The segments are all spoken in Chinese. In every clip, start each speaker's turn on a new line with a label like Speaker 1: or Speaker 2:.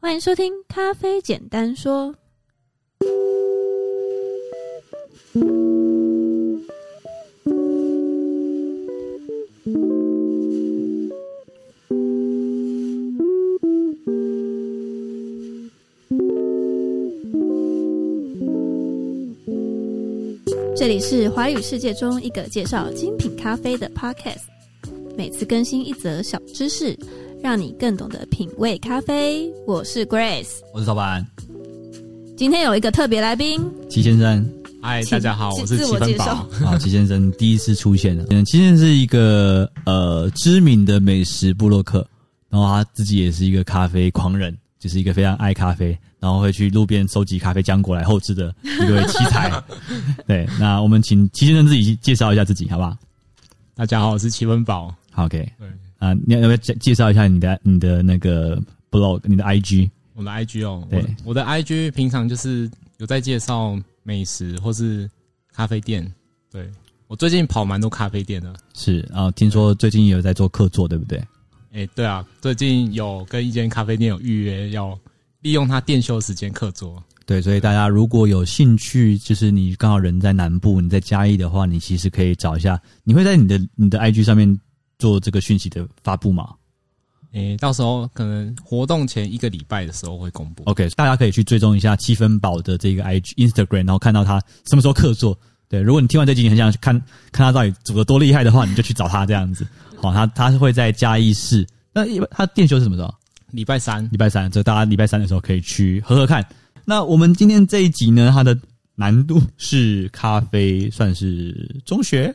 Speaker 1: 欢迎收听《咖啡简单说》。这里是华语世界中一个介绍精品咖啡的 podcast，每次更新一则小知识，让你更懂得品味咖啡。我是 Grace，
Speaker 2: 我是老板
Speaker 1: 今天有一个特别来宾，
Speaker 2: 齐先生
Speaker 3: 嗨，
Speaker 1: 请
Speaker 3: 大家好，
Speaker 1: 自
Speaker 3: 我是
Speaker 1: 自
Speaker 3: 齐
Speaker 1: 我
Speaker 3: 分
Speaker 1: 介
Speaker 3: 宝
Speaker 1: 绍。
Speaker 2: 啊，齐先生第一次出现了。嗯，齐先生是一个呃知名的美食部落客，然后他自己也是一个咖啡狂人，就是一个非常爱咖啡，然后会去路边收集咖啡浆果来后置的一位奇才。对，那我们请齐先生自己介绍一下自己，好不好？
Speaker 3: 大家好，我是齐分宝。
Speaker 2: 好，OK。
Speaker 3: 对，
Speaker 2: 啊、你要要不要介介绍一下你的你的那个 blog，你的 IG？
Speaker 3: 我的 IG 哦，我
Speaker 2: 对
Speaker 3: 的我的 IG 平常就是有在介绍美食或是咖啡店。对我最近跑蛮多咖啡店的。
Speaker 2: 是啊、听说最近也有在做客座，对不对？
Speaker 3: 哎、对啊，最近有跟一间咖啡店有预约，要利用它店休时间客座。
Speaker 2: 对，所以大家如果有兴趣，就是你刚好人在南部，你在嘉义的话，你其实可以找一下。你会在你的你的 IG 上面做这个讯息的发布吗
Speaker 3: 哎、到时候可能活动前一个礼拜的时候会公布。
Speaker 2: ？OK，大家可以去追踪一下七分宝的这个 IG Instagram，然后看到他什么时候客座。对，如果你听完这集你很想去看看他到底煮的多厉害的话，你就去找他这样子。好，他他是会在嘉义市，那一般他店休是什么时候？啊
Speaker 3: 礼拜三，
Speaker 2: 礼拜三，这大家礼拜三的时候可以去喝喝看。那我们今天这一集呢，它的难度是咖啡，算是中学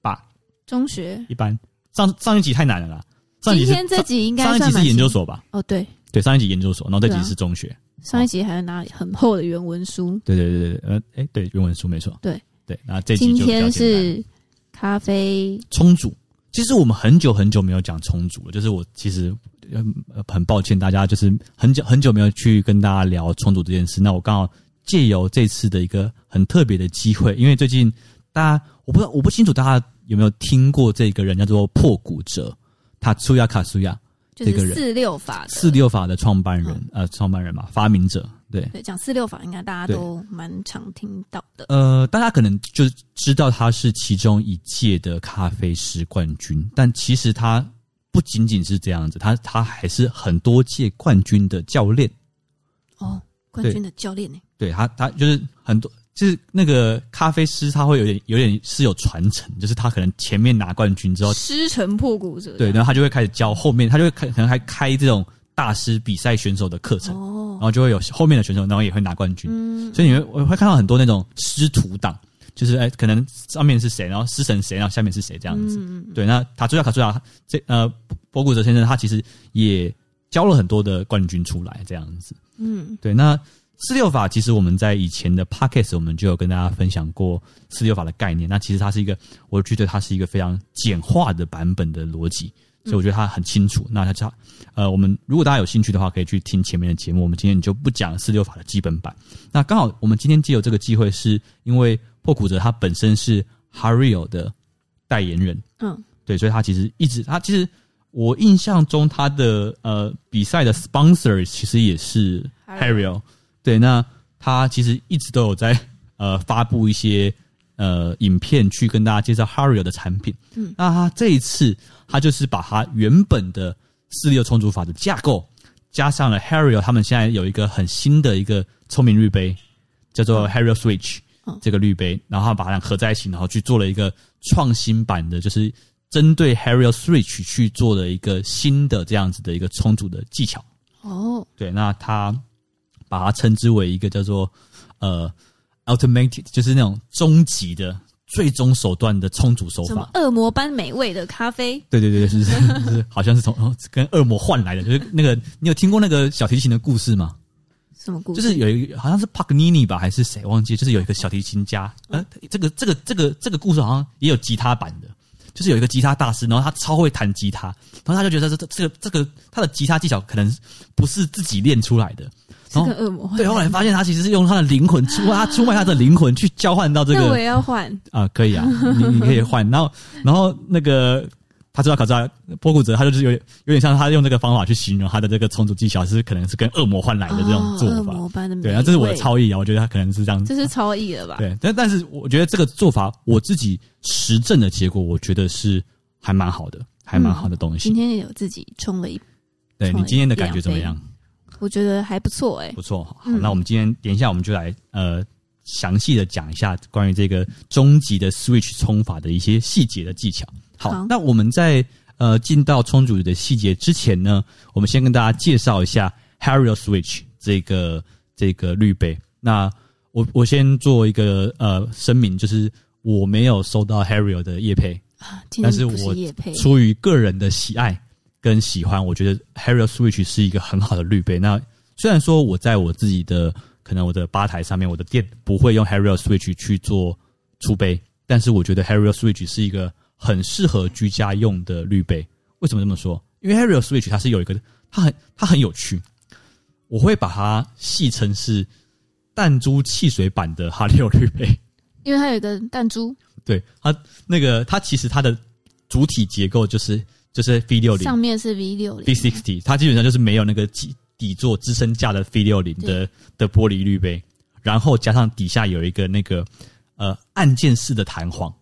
Speaker 2: 吧，
Speaker 1: 中学。
Speaker 2: 一般。上上一集太难了啦，上
Speaker 1: 今
Speaker 2: 一集是
Speaker 1: 天这集应该
Speaker 2: 上上
Speaker 1: 算
Speaker 2: 一集
Speaker 1: 蛮
Speaker 2: 是研究所吧？
Speaker 1: 哦，对，
Speaker 2: 对，上一集研究所，然后这集
Speaker 1: 对啊
Speaker 2: 是中学。
Speaker 1: 上一集还有拿很厚的原文书。
Speaker 2: 对对对对对，呃，哎，对，原文书没错。
Speaker 1: 对
Speaker 2: 对，那这集
Speaker 1: 今
Speaker 2: 就比较
Speaker 1: 天
Speaker 2: 简单
Speaker 1: 是咖啡，
Speaker 2: 冲煮。其实我们很久很久没有讲冲煮了，就是我其实嗯呃很抱歉大家，就是很久很久没有去跟大家聊冲煮这件事。那我刚好借由这次的一个很特别的机会，因为最近大家我不知道我不清楚大家有没有听过这个人叫做破骨折，塔苏亚卡苏亚
Speaker 1: 就
Speaker 2: 这个
Speaker 1: 是
Speaker 2: 人
Speaker 1: 四六法的。
Speaker 2: 四六法的创办人、呃创办人嘛发明者对。
Speaker 1: 对，讲四六法应该大家
Speaker 2: 对
Speaker 1: 都蛮常听到的。
Speaker 2: 呃，大家可能就知道他是其中一届的咖啡师冠军，但其实他不仅仅是这样子，他他还是很多届冠军的教练。
Speaker 1: 哦，冠
Speaker 2: 对
Speaker 1: 军的教练呢、
Speaker 2: 对他，他就是很多，就是那个咖啡师，他会有点有点是有传承，就是他可能前面拿冠军之后，
Speaker 1: 师承破骨折。
Speaker 2: 对，然后他就会开始教后面，他就会开可能还开这种大师比赛选手的课程，然
Speaker 1: 哦，
Speaker 2: 后就会有后面的选手，然后也会拿冠军。
Speaker 1: 嗯，
Speaker 2: 所以你会我会看到很多那种师徒档，就是哎、可能上面是谁，然后师承谁，然后下面是谁这样子。
Speaker 1: 嗯嗯
Speaker 2: 对，那塔朱亚卡朱亚这呃博古哲先生他其实也教了很多的冠军出来这样子。
Speaker 1: 嗯，
Speaker 2: 对，那四六法其实我们在以前的 podcast 我们就有跟大家分享过四六法的概念。那其实它是一个，我觉得它是一个非常简化的版本的逻辑，所以我觉得它很清楚。那它它呃，我们如果大家有兴趣的话，可以去听前面的节目。我们今天就不讲四六法的基本版。那刚好我们今天借由这个机会，是因为破骨折他本身是 Hario 的代言人，
Speaker 1: 嗯，
Speaker 2: 对，所以他其实一直他其实。我印象中，他的呃比赛的 sponsor 其实也是 Harriel，对，那他其实一直都有在呃发布一些呃影片去跟大家介绍 Harriel 的产品。
Speaker 1: 嗯，
Speaker 2: 那他这一次他就是把他原本的四六充足法的架构，加上了 Harriel 他们现在有一个很新的一个聪明滤杯，叫做 Harriel Switch、
Speaker 1: 嗯
Speaker 2: 这个滤杯，然后他把它俩合在一起，然后去做了一个创新版的，就是针对 Harriel Switch 去做了一个新的这样子的一个充足的技巧。
Speaker 1: 哦，
Speaker 2: 对，那他把它称之为一个叫做呃 ultimate，就是那种终极的、最终手段的冲煮手
Speaker 1: 什么
Speaker 2: 法。
Speaker 1: 恶魔般美味的咖啡？
Speaker 2: 对对对，是 是是，好像是从、哦跟恶魔换来的，就是那个你有听过那个小提琴的故事吗？
Speaker 1: 什么故
Speaker 2: 就
Speaker 1: 事？
Speaker 2: 是有一个好像是帕格尼尼吧，还是谁忘记？就是有一个小提琴家，呃，这个这个这个这个故事好像也有吉他版的，就是有一个吉他大师，然后他超会弹吉他，然后他就觉得这这个这个他的吉他技巧可能不是自己练出来的，
Speaker 1: 这
Speaker 2: 然后
Speaker 1: 个恶魔。
Speaker 2: 对，后来发现他其实是用他的灵魂出卖，他出卖他的灵魂去交换到这
Speaker 1: 那我
Speaker 2: 个
Speaker 1: 也要换。
Speaker 2: 啊、可以啊，你你可以换。然后然后那个他知道卡扎波古泽，他就是有点有点像他用这个方法去形容他的这个重组技巧是可能是跟恶魔换来的这种做
Speaker 1: 恶
Speaker 2: 法。
Speaker 1: 哦魔般的
Speaker 2: 对，然后这是我的
Speaker 1: 超，
Speaker 2: 超意啊，我觉得他可能是这样。啊
Speaker 1: 这是超意了吧？
Speaker 2: 对，但但是我觉得这个做法，我自己实证的结果，我觉得是还蛮好的，还蛮好的东西。
Speaker 1: 今天也有自己冲了一，
Speaker 2: 对你今天的感觉怎么样？
Speaker 1: 我觉得还不错哎、
Speaker 2: 不错，好，
Speaker 1: 嗯
Speaker 2: 那我们今天等一下我们就来呃详细的讲一下关于这个终极的 Switch 冲法的一些细节的技巧。好，
Speaker 1: 好
Speaker 2: 那我们在呃进到冲煮的细节之前呢，我们先跟大家介绍一下 Harrier Switch 这个这个滤杯。那我我先做一个呃声明，就是我没有收到 Harrier 的业配，
Speaker 1: 今
Speaker 2: 但
Speaker 1: 天
Speaker 2: 是
Speaker 1: 不
Speaker 2: 我
Speaker 1: 是夜配，
Speaker 2: 出于个人的喜爱跟喜欢，我觉得 Harrier Switch 是一个很好的滤杯。那虽然说我在我自己的可能我的吧台上面，我的店不会用 Harrier Switch 去做出杯，但是我觉得 Harrier Switch 是一个很适合居家用的滤杯。为什么这么说？因为 Harrier Switch 它是有一个，它很它很有趣，我会把它戏称是弹珠汽水版的哈利欧滤杯。
Speaker 1: 因为它有一个弹珠
Speaker 2: 对它那个它其实它的主体结构就是就是 V 六零
Speaker 1: 上面是 V 六
Speaker 2: V
Speaker 1: 零，
Speaker 2: sixty，它基本上就是没有那个底底座支撑架的 V 六零的的玻璃滤杯，然后加上底下有一个那个呃按键式的弹簧，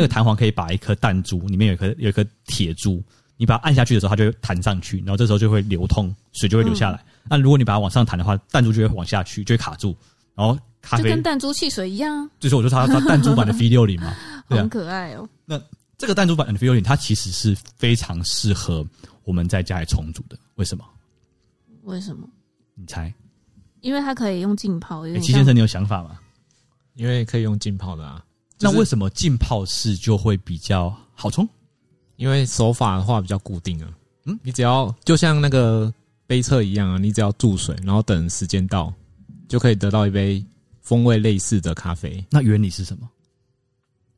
Speaker 1: 嗯
Speaker 2: 个弹簧可以把一颗弹珠里面有一颗有一颗铁珠，你把它按下去的时候，它就会弹上去，然后这时候就会流通，水就会流下来。
Speaker 1: 嗯
Speaker 2: 那如果你把它往上弹的话，弹珠就会往下去，就会卡住，然后咖
Speaker 1: 就
Speaker 2: 啡
Speaker 1: 跟弹珠汽水一样啊，
Speaker 2: 就是我就说它它弹 珠版的 V 六零嘛，对啊
Speaker 1: 很可爱哦。
Speaker 2: 这个弹珠版 f i o l i n 它其实是非常适合我们在家里重组的。为什么？
Speaker 1: 为什么？
Speaker 2: 你猜？
Speaker 1: 因为它可以用浸泡，有
Speaker 3: 嗯
Speaker 2: 诶
Speaker 1: 点
Speaker 2: 哎齐
Speaker 1: 像
Speaker 2: 先生，你有想法吗？
Speaker 3: 因为可以用浸泡的啊。就
Speaker 2: 那
Speaker 3: 是
Speaker 2: 为什么浸泡式就会比较好冲？
Speaker 3: 因为手法的话比较固定啊，
Speaker 2: 嗯
Speaker 3: 嗯，你只要就像那个杯测一样啊，你只要注水，然后等时间到，就可以得到一杯风味类似的咖啡。
Speaker 2: 那原理是什么？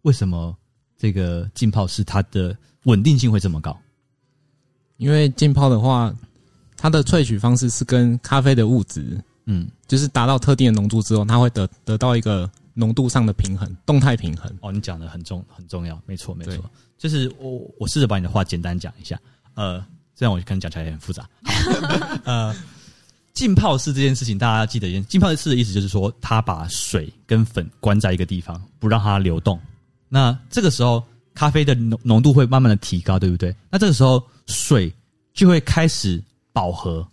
Speaker 2: 为什么这个浸泡式它的稳定性会这么高？
Speaker 3: 因为浸泡的话，它的萃取方式是跟咖啡的物质，
Speaker 2: 嗯，
Speaker 3: 就是达到特定的浓度之后，它会得得到一个浓度上的平衡，动态平衡。
Speaker 2: 哦，你讲的很重很重要，没错没
Speaker 3: 对
Speaker 2: 错。就是我我试着把你的话简单讲一下，呃，这样我可能讲起来也很复杂。好 呃，浸泡式这件事情，大家记得一件，浸泡式的意思就是说，它把水跟粉关在一个地方，不让它流动。那这个时候，咖啡的浓浓度会慢慢的提高，对不对？那这个时候，水就会开始饱和。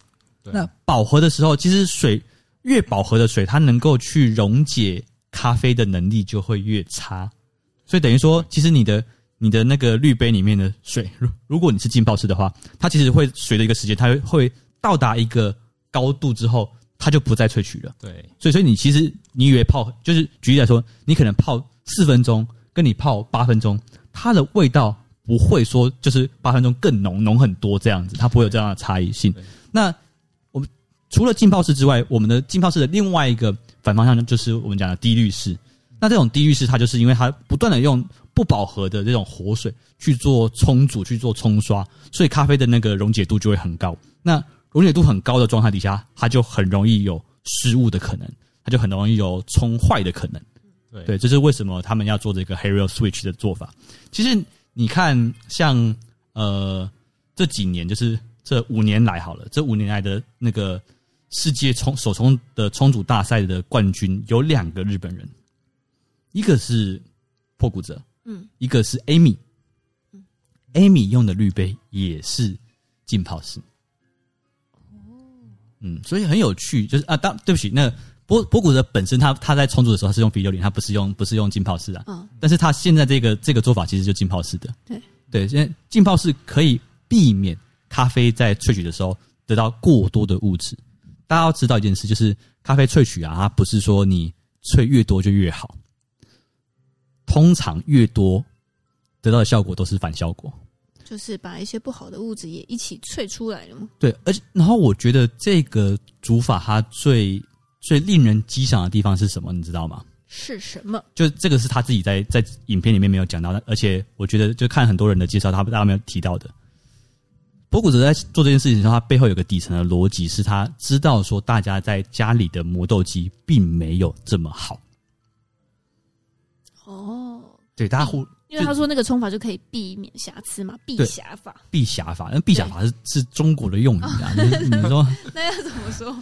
Speaker 3: 对
Speaker 2: 那饱和的时候，其实水越饱和的水，它能够去溶解咖啡的能力就会越差。所以等于说，其实你的你的那个滤杯里面的水，如如果你是浸泡式的话，它其实会随着一个时间，它会会到达一个高度之后，它就不再萃取了。
Speaker 3: 对，
Speaker 2: 所以，所以你其实你以为泡，就是举例来说，你可能泡四分钟，跟你泡八分钟，它的味道不会说就是八分钟更浓，浓很多这样子，它不会有这样的差异性
Speaker 3: 对。
Speaker 2: 那我们除了浸泡式之外，我们的浸泡式的另外一个反方向呢，就是我们讲的低滤式。那这种低滤式，它就是因为它不断的用不饱和的这种活水去做冲煮、去做冲刷，所以咖啡的那个溶解度就会很高。那溶解度很高的状态底下，它就很容易有失误的可能，它就很容易有冲坏的可能。
Speaker 3: 对
Speaker 2: 对，这是为什么他们要做这个 Harrier Switch 的做法。其实你看，像呃这几年，就是这五年来好了，这五年来的那个世界冲手冲的冲煮大赛的冠军有两个日本人，一个是破骨折，
Speaker 1: 嗯，
Speaker 2: 一个是 Amy。Amy 用的滤杯也是浸泡式。嗯，所以很有趣，就是啊，当对不起，那波波古德本身他他在冲煮的时候他是用 V 六零，他不是用不是用浸泡式啊，
Speaker 1: 嗯，
Speaker 2: 但是他现在这个这个做法其实就浸泡式的，
Speaker 1: 对
Speaker 2: 对，现在浸泡式可以避免咖啡在萃取的时候得到过多的物质。大家要知道一件事，就是咖啡萃取啊，它不是说你萃越多就越好，通常越多得到的效果都是反效果。
Speaker 1: 就是把一些不好的物质也一起萃出来了吗？
Speaker 2: 对，而且然后我觉得这个煮法它最最令人激赏的地方是什么？你知道吗？
Speaker 1: 是什么？
Speaker 2: 就这个是他自己在在影片里面没有讲到，的，而且我觉得就看很多人的介绍，他大家没有提到的。博古泽在做这件事情的时候，他背后有个底层的逻辑，是他知道说大家在家里的磨豆机并没有这么好，
Speaker 1: 哦，
Speaker 2: 对，大家忽
Speaker 1: 因为他说那个冲法就可以避免瑕疵嘛，避
Speaker 2: 对
Speaker 1: 瑕法。
Speaker 2: 避瑕法，那避瑕法是是中国的用语啊，就是你 说
Speaker 1: 那要怎么说？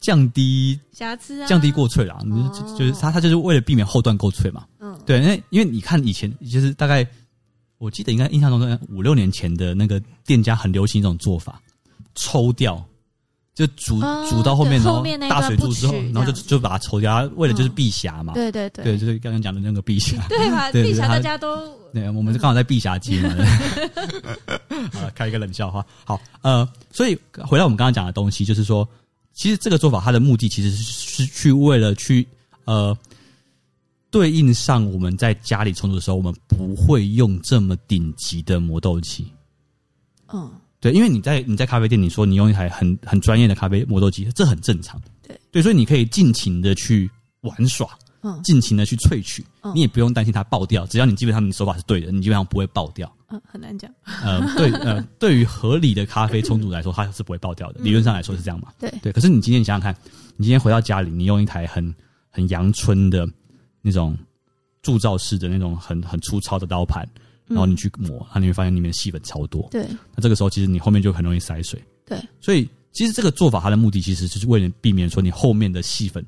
Speaker 2: 降低
Speaker 1: 瑕疵啊，
Speaker 2: 降低过脆啦，你就
Speaker 1: 哦
Speaker 2: 就是他他就是为了避免后段过脆嘛。
Speaker 1: 嗯，
Speaker 2: 对，因为因为你看以前就是大概，我记得应该印象中大概五六年前的那个店家很流行一种做法，抽掉，就煮、
Speaker 1: 哦
Speaker 2: 煮到后面，
Speaker 1: 对
Speaker 2: 然
Speaker 1: 后面那一段
Speaker 2: 大水柱之后
Speaker 1: 不取，
Speaker 2: 然后就
Speaker 1: 这样嗯
Speaker 2: 就把它抽掉，为了就是避瑕嘛。
Speaker 1: 对对对
Speaker 2: 对，就是刚刚讲的那个避瑕。
Speaker 1: 对吧？
Speaker 2: 嗯对对
Speaker 1: 避瑕
Speaker 2: 他
Speaker 1: 大家都
Speaker 2: 对，我们是刚好在碧霞街嘛。 对好了，开一个冷笑话。好，呃，所以回到我们刚刚讲的东西，就是说，其实这个做法它的目的其实是是去为了去呃对应上我们在家里冲突的时候，我们不会用这么顶级的磨豆器。
Speaker 1: 嗯
Speaker 2: 对，因为你在你在咖啡店，你说你用一台很很专业的咖啡磨豆机，这很正常。
Speaker 1: 对
Speaker 2: 对，所以你可以尽情的去玩耍，
Speaker 1: 嗯
Speaker 2: 尽情的去萃取，
Speaker 1: 嗯
Speaker 2: 你也不用担心它爆掉，只要你基本上你手法是对的，你基本上不会爆掉。
Speaker 1: 嗯，很难讲。
Speaker 2: 呃，对，呃，对于合理的咖啡冲煮来说，它是不会爆掉的。理论上来说是这样嘛？
Speaker 1: 对
Speaker 2: 对。可是你今天你想想看，你今天回到家里，你用一台很很阳春的那种铸造式的那种很很粗糙的刀盘，
Speaker 1: 嗯
Speaker 2: 然后你去磨，然后你会发现里面的细粉超多。
Speaker 1: 对
Speaker 2: 那这个时候，其实你后面就很容易塞水。
Speaker 1: 对，
Speaker 2: 所以其实这个做法它的目的其实就是为了避免说你后面的细粉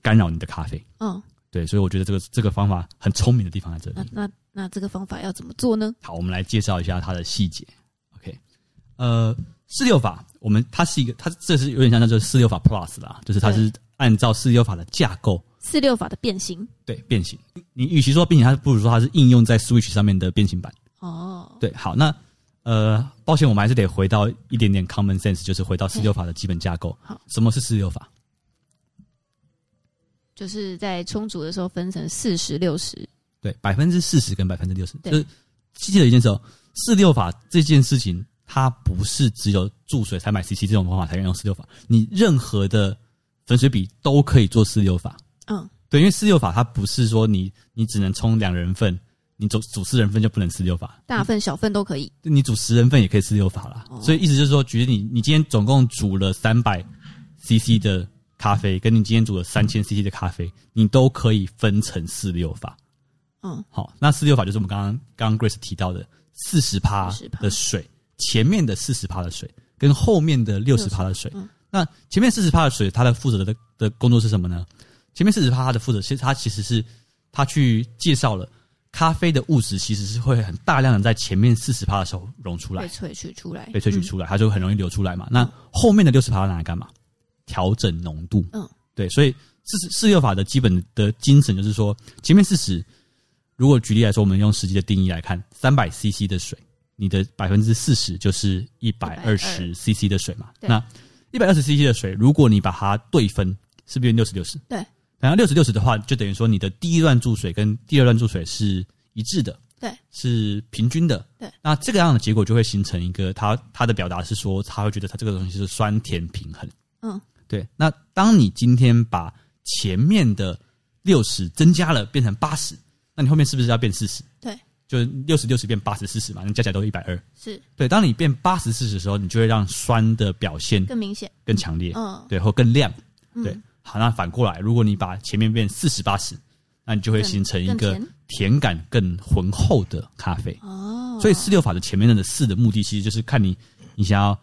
Speaker 2: 干扰你的咖啡。
Speaker 1: 嗯，
Speaker 2: 对，所以我觉得这个这个方法很聪明的地方在这里
Speaker 1: 那。那那这个方法要怎么做呢？
Speaker 2: 好，我们来介绍一下它的细节。OK，呃，四六法，我们它是一个，它这是有点像叫做四六法 Plus 啦，就是它是按照四六法的架构
Speaker 1: 四六法的变形
Speaker 2: 对变形。你与其说变形，它不如说它是应用在 Switch 上面的变形版。
Speaker 1: 哦，
Speaker 2: 对，好，那呃，抱歉，我们还是得回到一点点 common sense，就是回到四六法的基本架构。
Speaker 1: 好，
Speaker 2: 什么是四六法？
Speaker 1: 就是在充足的时候分成四十六十，
Speaker 2: 对，百分之四十跟百分之六十，
Speaker 1: 对
Speaker 2: 就是记得一件事哦，四六法这件事情，它不是只有注水才买 CC 这种方法才用四六法，你任何的粉水笔都可以做四六法。
Speaker 1: 嗯
Speaker 2: 对，因为四六法它不是说你你只能冲两人份，你煮煮四人份就不能四六法，
Speaker 1: 大份小份都可以。
Speaker 2: 你煮十人份也可以四六法啦。
Speaker 1: 哦
Speaker 2: 所以意思就是说，举例你你今天总共煮了三百 CC 的咖啡，跟你今天煮了三千 CC 的咖啡，你都可以分成四六法。
Speaker 1: 嗯
Speaker 2: 好，那四六法就是我们刚刚刚刚 Grace 提到的四十趴
Speaker 1: 40%
Speaker 2: 的水，前面的四十趴的水跟后面的六十趴的水。
Speaker 1: 嗯
Speaker 2: 那前面四十趴的水，它的负责的的工作是什么呢？前面四十趴它的负责，其实它其实是它去介绍了咖啡的物质，其实是会很大量的在前面四十趴的时候溶出
Speaker 1: 被
Speaker 2: 来，
Speaker 1: 萃取出来，
Speaker 2: 被萃取出来，它就很容易流出来嘛。那后面的六十趴拿来干嘛？调整浓度。
Speaker 1: 嗯，
Speaker 2: 对，所以四十四六法的基本的精神就是说，前面四十，如果举例来说，我们用实际的定义来看，三百 CC 的水，你的百分之四十就是一百二十 CC 的水嘛。
Speaker 1: 对
Speaker 2: 那一百二十 CC 的水，如果你把它对分，是不是六十六十？
Speaker 1: 对。
Speaker 2: 然后六十六十的话，就等于说你的第一段注水跟第二段注水是一致的，
Speaker 1: 对，
Speaker 2: 是平均的，
Speaker 1: 对。
Speaker 2: 那这个样的结果就会形成一个，他他的表达是说，他会觉得他这个东西是酸甜平衡。
Speaker 1: 嗯
Speaker 2: 对，那当你今天把前面的六十增加了变成八十，那你后面是不是要变四十？
Speaker 1: 对，
Speaker 2: 就是六十六十变八十四十嘛，那加起来都一百二。
Speaker 1: 是
Speaker 2: 对，当你变八十四十的时候，你就会让酸的表现
Speaker 1: 更明显。
Speaker 2: 更强烈，
Speaker 1: 嗯，
Speaker 2: 对，或更亮。
Speaker 1: 嗯
Speaker 2: 对，好，那反过来，如果你把前面变四十八十，那你就会
Speaker 1: 更
Speaker 2: 形成一
Speaker 1: 更
Speaker 2: 个
Speaker 1: 甜
Speaker 2: 甜感更浑厚的咖啡。
Speaker 1: 哦，
Speaker 2: 所以四六法的前面的四的目的，其实就是看你你想要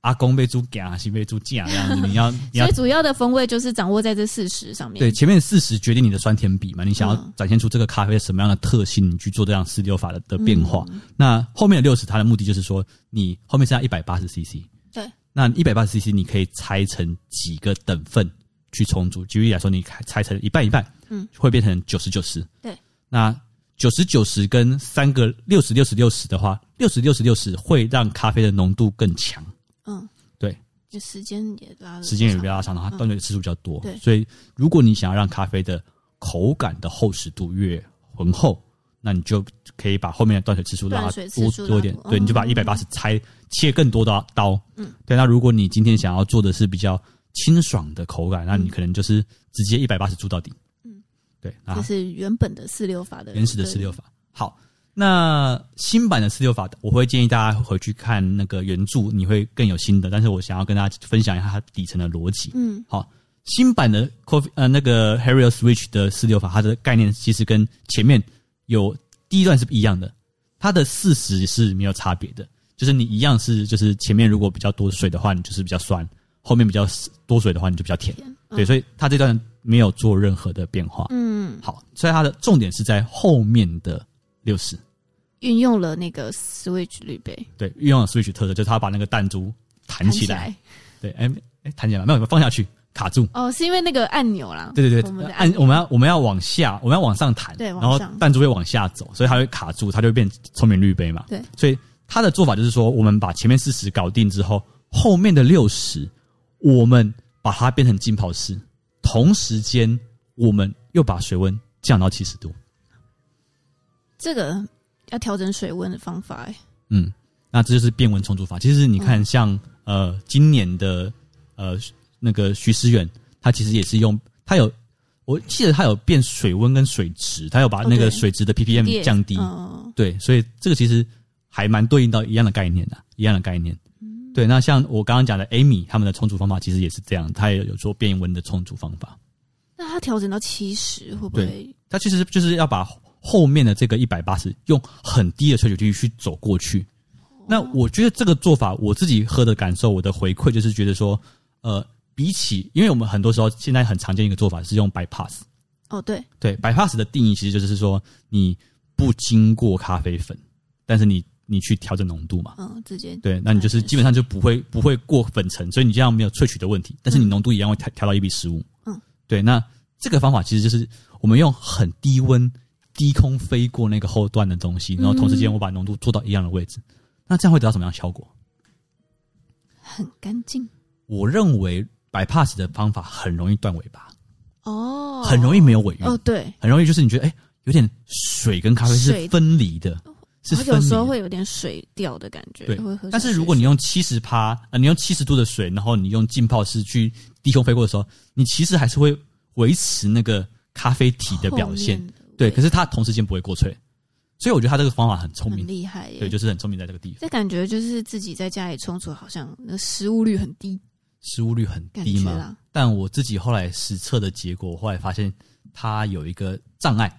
Speaker 2: 阿公被猪夹，还是被猪架这样子，你要你要
Speaker 1: 所以主要的风味就是掌握在这四十上面。
Speaker 2: 对，，前面四十决定你的酸甜比嘛，你想要
Speaker 1: 嗯
Speaker 2: 展现出这个咖啡什么样的特性，你去做这样四六法的的变化。
Speaker 1: 嗯
Speaker 2: 那后面的六十，它的目的就是说，你后面剩下一百八十 CC，
Speaker 1: 对，
Speaker 2: 那一百八十 CC 你可以拆成几个等份去充足。举例来说，你拆拆成一半一半，
Speaker 1: 嗯，
Speaker 2: 会变成九十九十。
Speaker 1: 对，
Speaker 2: 那九十九十跟三个六十六十六十的话，六十六十六十会让咖啡的浓度更强。
Speaker 1: 嗯，
Speaker 2: 对，
Speaker 1: 就时间也拉了，
Speaker 2: 时间也比较长，然后它断水次数比较多。
Speaker 1: 嗯对
Speaker 2: 所以如果你想要让咖啡的口感的厚实度越浑厚，那你就可以把后面的断水次数拉
Speaker 1: 断水次
Speaker 2: 多
Speaker 1: 数拉
Speaker 2: 多一点
Speaker 1: 多，
Speaker 2: 对，你就把
Speaker 1: 哦
Speaker 2: 一百八十拆切更多的刀。
Speaker 1: 嗯，
Speaker 2: 对。那如果你今天想要做的是比较清爽的口感，那你可能就是直接一百八十注到底。
Speaker 1: 嗯，
Speaker 2: 对，然
Speaker 1: 这
Speaker 2: 后
Speaker 1: 是原本的四六法的
Speaker 2: 啊原始的四六法。好，那新版的四六法，我会建议大家回去看那个原著，你会更有心得。但是我想要跟大家分享一下它底层的逻辑。
Speaker 1: 嗯
Speaker 2: 好，新版的 Coffee 呃那个 Harrier Switch 的四六法，它的概念其实跟前面有第一段是一样的，它的事实是没有差别的，就是你一样是就是前面如果比较多水的话，你就是比较酸；后面比较多水的话，你就比较甜。对，所以它这段没有做任何的变化。
Speaker 1: 嗯，
Speaker 2: 好，所以它的重点是在后面的六十，
Speaker 1: 运用了那个 Switch 滤杯
Speaker 2: 对，运用了 Switch 特色，就是它把那个弹珠弹起来，对，哎、哎，弹起来没有，没有放下去，卡住。
Speaker 1: 哦，是因为那个按钮啦。
Speaker 2: 对对对
Speaker 1: 我们，的按
Speaker 2: 按我们要我们要往下，我们要往上弹，
Speaker 1: 对
Speaker 2: 然
Speaker 1: 往
Speaker 2: 后
Speaker 1: 上
Speaker 2: 弹珠会往下走，所以它会卡住，它就会变聪明绿杯嘛。
Speaker 1: 对，
Speaker 2: 所以它的做法就是说，我们把前面四十搞定之后，后面的六十，我们把它变成浸泡式，同时间我们又把水温降到七十度。
Speaker 1: 这个要调整水温的方法、哎，
Speaker 2: 嗯，那这就是变温充足法。其实你
Speaker 1: 嗯
Speaker 2: 看像，呃今年的呃那个徐思远，他其实也是用他有，我记得他有变水温跟水质，他有把
Speaker 1: 哦
Speaker 2: 那
Speaker 1: 对
Speaker 2: 个水质的 ppm 降低。
Speaker 1: 嗯，
Speaker 2: 对，所以这个其实还蛮对应到一样的概念的、一样的概念。
Speaker 1: 嗯
Speaker 2: 对，那像我刚刚讲的 Amy 他们的充足方法，其实也是这样，他也有做变温的充足方法。
Speaker 1: 那它调整到七十会不会？
Speaker 2: 它其实就是要把后面的这个一百八十用很低的萃取率去走过去。那我觉得这个做法，我自己喝的感受，我的回馈就是觉得说，呃，比起，因为我们很多时候现在很常见一个做法是用 bypass，
Speaker 1: 哦，对，
Speaker 2: 对 bypass 的定义其实就是说你不经过咖啡粉，但是你你去调整浓度嘛，
Speaker 1: 嗯，直接
Speaker 2: 对，那你就是基本上就不会不会过粉层，所以你这样没有萃取的问题，但是你浓度一样会调调到一比十五。
Speaker 1: 嗯，
Speaker 2: 对，那这个方法其实就是我们用很低温低空飞过那个后段的东西，然后同时
Speaker 1: 嗯
Speaker 2: 间我把浓度做到一样的位置，那这样会得到什么样的效果？
Speaker 1: 很干净
Speaker 2: 我认为 bypass 的方法很容易断尾巴，
Speaker 1: 哦，
Speaker 2: 很容易没有尾韵，
Speaker 1: 哦，对，
Speaker 2: 很容易就是你觉得哎、有点水跟咖啡是
Speaker 1: 水哦
Speaker 2: 分离的，是
Speaker 1: 然后
Speaker 2: 分
Speaker 1: 有
Speaker 2: 离
Speaker 1: 时
Speaker 2: 的
Speaker 1: 候。会有点水掉的感觉，
Speaker 2: 对
Speaker 1: 会喝。
Speaker 2: 但是如果你用七十趴，呃，你用七十度的水，然后你用浸泡式去低空飞过的时候，你其实还是会维持那个咖啡体的表现，，对。可
Speaker 1: 是
Speaker 2: 是它同时间不会过萃，所以我觉得他这个方法很聪
Speaker 1: 很
Speaker 2: 明，
Speaker 1: 厉害耶，
Speaker 2: 对，就是很聪明在这个地方，
Speaker 1: 这感觉就是自己在家里冲煮，好像那失误率很低，
Speaker 2: 失误率很
Speaker 1: 感
Speaker 2: 低
Speaker 1: 觉
Speaker 2: 嘛。
Speaker 1: 啦。
Speaker 2: 但我自己后来实测的结果，我后来发现它有一个障碍，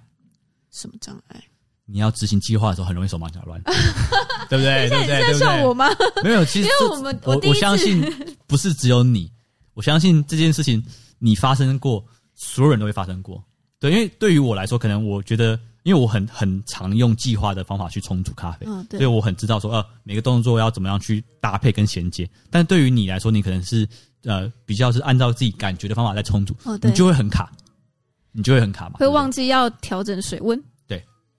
Speaker 1: 什么障碍？
Speaker 2: 你要执行计划的时候很容易手忙脚乱， 对 不对？对不
Speaker 1: 哎你
Speaker 2: 对？
Speaker 1: 在
Speaker 2: 对不
Speaker 1: 笑我
Speaker 2: 对？
Speaker 1: 吗？
Speaker 2: 没有，其实
Speaker 1: 因为
Speaker 2: 这
Speaker 1: 我们
Speaker 2: 我
Speaker 1: 第一次
Speaker 2: 相信不是只有你，我相信这件事情你发生过，所有人都会发生过。对，因为对于我来说，可能我觉得，因为我很很常用计划的方法去冲煮咖啡，
Speaker 1: 嗯，
Speaker 2: 所以
Speaker 1: 对，
Speaker 2: 我很知道说，呃，每个动作要怎么样去搭配跟衔接。但对于你来说，你可能是呃比较是按照自己感觉的方法在冲煮，
Speaker 1: 哦对
Speaker 2: 你，就会很卡，你就会很卡嘛，
Speaker 1: 会
Speaker 2: 对不对
Speaker 1: 忘记要调整水温。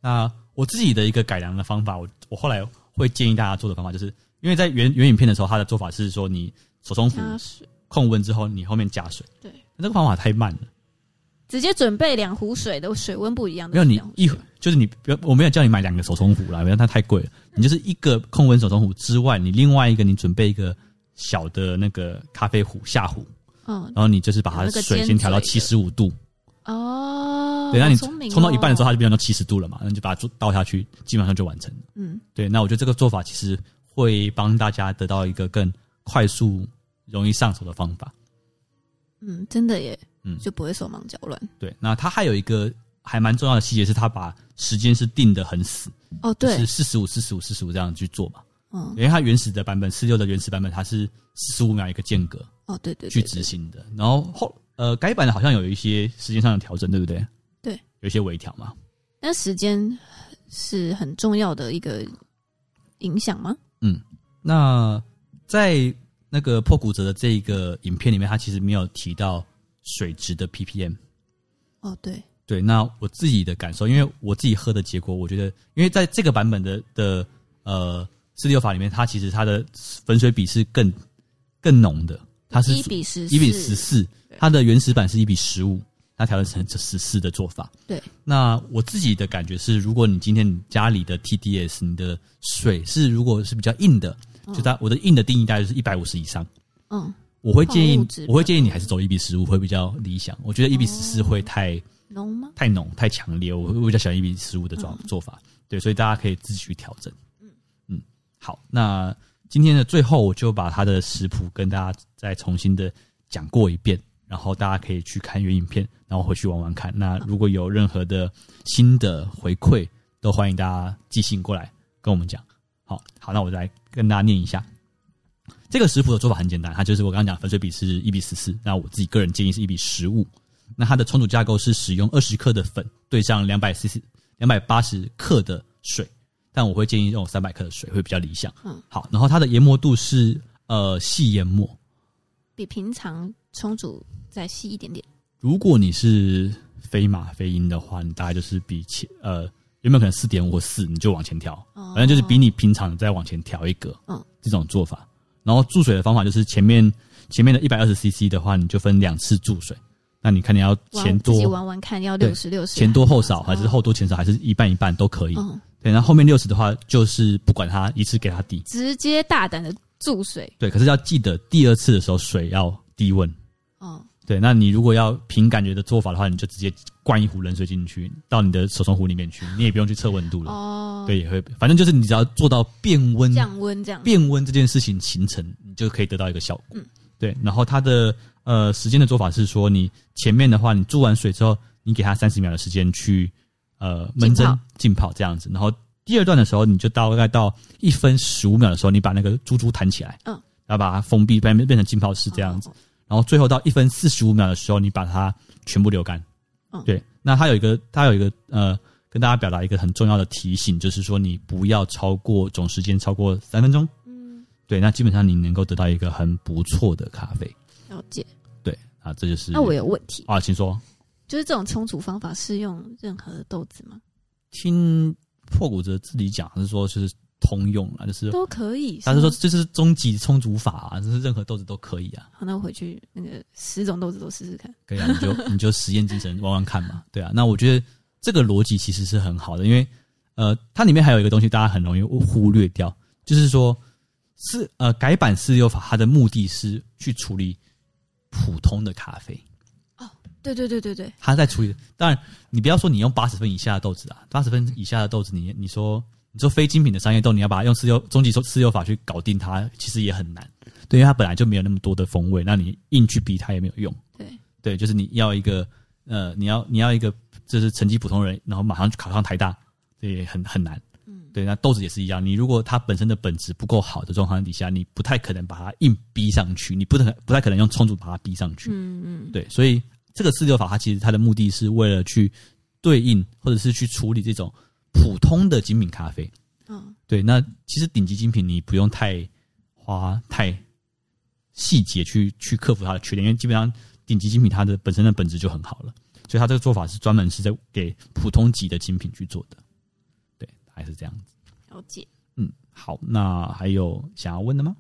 Speaker 2: 那我自己的一个改良的方法，我我后来会建议大家做的方法，就是因为在原原影片的时候，它的做法是说你手冲壶
Speaker 1: 加水，
Speaker 2: 控温之后，你后面加水。
Speaker 1: 啊对，嗯
Speaker 2: 那这个方法太慢了，
Speaker 1: 直接准备两壶水的水温不一样的。
Speaker 2: 没有你
Speaker 1: 两壶水
Speaker 2: 一就是你不要，我没有叫你买两个手冲壶啦，因为它太贵了。你就是一个控温手冲壶之外，你另外一个你准备一个小的那个咖啡壶下壶，
Speaker 1: 嗯
Speaker 2: 然后你就是把它
Speaker 1: 有那
Speaker 2: 的
Speaker 1: 个
Speaker 2: 水
Speaker 1: 尖
Speaker 2: 先调到七
Speaker 1: 嘴的
Speaker 2: 十五度，
Speaker 1: 哦，
Speaker 2: 对，那你
Speaker 1: 好聪明哦
Speaker 2: 冲到一半的时候，，它就变成七十度了嘛，那你就把它倒下去，基本上就完成了。
Speaker 1: 嗯，
Speaker 2: 对，那我觉得这个做法其实会帮大家得到一个更快速、容易上手的方法。
Speaker 1: 嗯，真的耶，
Speaker 2: 嗯
Speaker 1: 就不会手忙脚乱。
Speaker 2: 对，那它还有一个还蛮重要的细节是，它把时间是定得很死，
Speaker 1: 哦，
Speaker 2: 就
Speaker 1: 对
Speaker 2: 是，四十五、四十五、四十五这样去做嘛。
Speaker 1: 嗯，
Speaker 2: 因为它原始的版本，四六的原始版本，它是四十五秒一个间隔
Speaker 1: 哦，对对，对
Speaker 2: 去执，行的。然后后呃改版的好像有一些时间上的调整，对不对？
Speaker 1: 对，
Speaker 2: 有一些微调嘛。
Speaker 1: 对那时间是很重要的一个影响吗？
Speaker 2: 那在那个破骨折的这一个影片里面，它其实没有提到水质的 ppm。
Speaker 1: 哦，对，
Speaker 2: 对，那我自己的感受，因为我自己喝的结果，我觉得，因为在这个版本的的呃四六法里面，它其实它的粉水比是更更浓的，它是
Speaker 1: 一比十，
Speaker 2: 一比十，四，
Speaker 1: 对
Speaker 2: 它的原始版是一比十五，它调整成十四的做法。
Speaker 1: 对，
Speaker 2: 那我自己的感觉是，如果你今天你家里的 TDS 你的水是如果是比较硬的，就它我的硬的定义大概就是一百五十以上，
Speaker 1: 嗯，
Speaker 2: 我会建
Speaker 1: 矿物
Speaker 2: 议
Speaker 1: 质哦比较
Speaker 2: 我会建议你还是走一比十五会比较理想，我觉得一比十四会太。
Speaker 1: 浓吗？
Speaker 2: 太浓太强烈，我我比较喜欢一比十五的做做法。对，所以大家可以自己去调整。嗯好，那今天的最后，我就把它的食谱跟大家再重新的讲过一遍，然后大家可以去看原影片，然后回去玩玩看。那如果有任何的新的回馈，都欢迎大家寄信过来跟我们讲。好好，那我来跟大家念一下。这个食谱的做法很简单，它就是我刚刚讲粉水比是一比十四，那我自己个人建议是一比十五。那它的冲煮架构是使用二十克的粉兑上两百 CC、两百八十克的水，但我会建议用三百克的水会比较理想。
Speaker 1: 嗯
Speaker 2: 嗯，好，然后它的研磨度是呃细研磨，
Speaker 1: 比平常充足再细一点点。
Speaker 2: 如果你是非马非鹰的话，你大概就是比前呃原本可能四点五或四，你就往前调，
Speaker 1: 哦
Speaker 2: 反正就是比你平常再往前调一格，
Speaker 1: 嗯
Speaker 2: 嗯，这种做法。然后注水的方法就是前面前面的一百二十 CC 的话，你就分两次注水。那你看你要
Speaker 1: 玩
Speaker 2: 前
Speaker 1: 自己
Speaker 2: 多
Speaker 1: 玩玩看，要
Speaker 2: 对
Speaker 1: 六十六十，
Speaker 2: 前多后少，还是后多前少，还是一半一半都可以。
Speaker 1: 嗯，
Speaker 2: 对，然后后面六十的话，就是不管它一次给它滴。
Speaker 1: 直接大胆的注水，
Speaker 2: 对，可是要记得第二次的时候水要低温。
Speaker 1: 哦，
Speaker 2: 对，那你如果要凭感觉的做法的话，你就直接灌一壶冷水进去，到你的手冲壶里面去，你也不用去测温度了。
Speaker 1: 哦，
Speaker 2: 对，也会，反正就是你只要做到变温，
Speaker 1: 降温这样，
Speaker 2: 变温这件事情形成，你就可以得到一个效果。
Speaker 1: 嗯
Speaker 2: 对，然后它的呃时间的做法是说，你前面的话，你注完水之后，你给它三十秒的时间去呃焖
Speaker 1: 浸
Speaker 2: 蒸
Speaker 1: 泡
Speaker 2: 浸泡这样子，然后第二段的时候，你就大概到一分十五秒的时候，你把那个珠珠弹起来，
Speaker 1: 嗯，
Speaker 2: 然后把它封闭，变变成浸泡式这样子。
Speaker 1: 哦，
Speaker 2: 然后最后到一分四十五秒的时候，你把它全部流干。
Speaker 1: 嗯
Speaker 2: 对。那它有一个，它有一个呃，跟大家表达一个很重要的提醒，就是说你不要超过总时间超过三分钟。
Speaker 1: 嗯，
Speaker 2: 对，那基本上你能够得到一个很不错的咖啡。
Speaker 1: 了解。
Speaker 2: 对啊，这就是
Speaker 1: 那我有问题，
Speaker 2: 啊，请说。
Speaker 1: 就是这种冲煮方法适用任何的豆子吗？
Speaker 2: 听破骨折自己讲是说，就是通用啦，就是
Speaker 1: 都可以。
Speaker 2: 他是说
Speaker 1: 吗，
Speaker 2: 这是终极冲煮法、啊，就是任何豆子都可以啊。
Speaker 1: 好，那我回去那个十种豆子都试试看。
Speaker 2: 可以啊，你 就你就实验精神玩玩看嘛，对啊。那我觉得这个逻辑其实是很好的，因为呃，它里面还有一个东西大家很容易忽略掉，就是说是呃改版四六法它的目的是去处理普通的咖啡，
Speaker 1: 对对对对对，
Speaker 2: 它在处理。当然，你不要说你用八十分以下的豆子啊，八十分以下的豆子你，你说你说非精品的商业豆，你要把它用四六终极四六法去搞定它，其实也很难，对，因为它本来就没有那么多的风味，那你硬去逼它也没有用。
Speaker 1: 对，
Speaker 2: 对，就是你要一个呃，你要你要一个就是成绩普通人，然后马上去考上台大，这也很很难。
Speaker 1: 嗯，
Speaker 2: 对，那豆子也是一样，你如果它本身的本质不够好的状况底下，你不太可能把它硬逼上去，你不能不太可能用冲煮把它逼上去。
Speaker 1: 嗯嗯，
Speaker 2: 对，所以这个四六法它其实它的目的是为了去对应或者是去处理这种普通的精品咖啡。
Speaker 1: 嗯，
Speaker 2: 对，那其实顶级精品你不用太花太细节去去克服它的缺点，因为基本上顶级精品它的本身的本质就很好了，所以它这个做法是专门是在给普通级的精品去做的。对，大概是这样子。
Speaker 1: 了解。
Speaker 2: 嗯，好，那还有想要问的吗？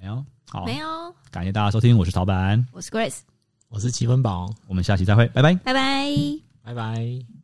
Speaker 2: 没有，好，
Speaker 1: 没有，
Speaker 2: 感谢大家收听，我是陶板，
Speaker 1: 我是 Grace，
Speaker 3: 我是七分宝，
Speaker 2: 我们下期再会，拜拜。
Speaker 1: 拜拜。
Speaker 3: 拜拜。